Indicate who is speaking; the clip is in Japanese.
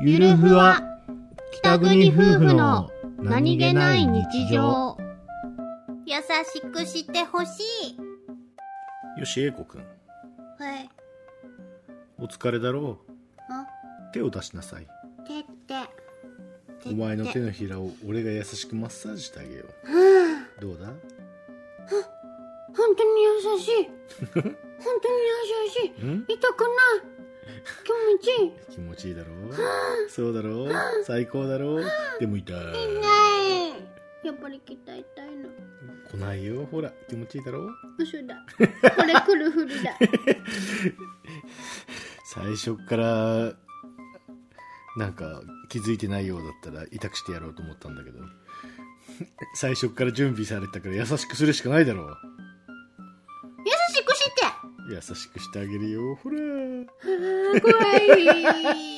Speaker 1: ゆるふわ北国夫婦の
Speaker 2: 優しくしてほしい。
Speaker 3: よし、英子くん。
Speaker 2: はい。
Speaker 3: お疲れだろう。
Speaker 2: あ、
Speaker 3: 手を出しなさい。
Speaker 2: てって。て
Speaker 3: お前の手のひらを俺が優しくマッサージしてあげよう。どうだ
Speaker 2: 本当に 優しい。本当に優し
Speaker 3: ん
Speaker 2: い。痛くない。気持ちいい。
Speaker 3: 気持ちいいだろう。そうだろう。最高だろう。でも痛い。
Speaker 2: はい。やっぱり鍛えたいの。
Speaker 3: 来ないよ。ほら、気持ちいいだろう。
Speaker 2: 嘘だ。これくるふる だ。
Speaker 3: 最初っから、なんか気づいてないようだったら痛くしてやろうと思ったんだけど。最初っから準備されたから優しくするしかないだろう。
Speaker 2: 優しくして。
Speaker 3: 優しくしてあげるよ。ほら。
Speaker 2: あー怖い。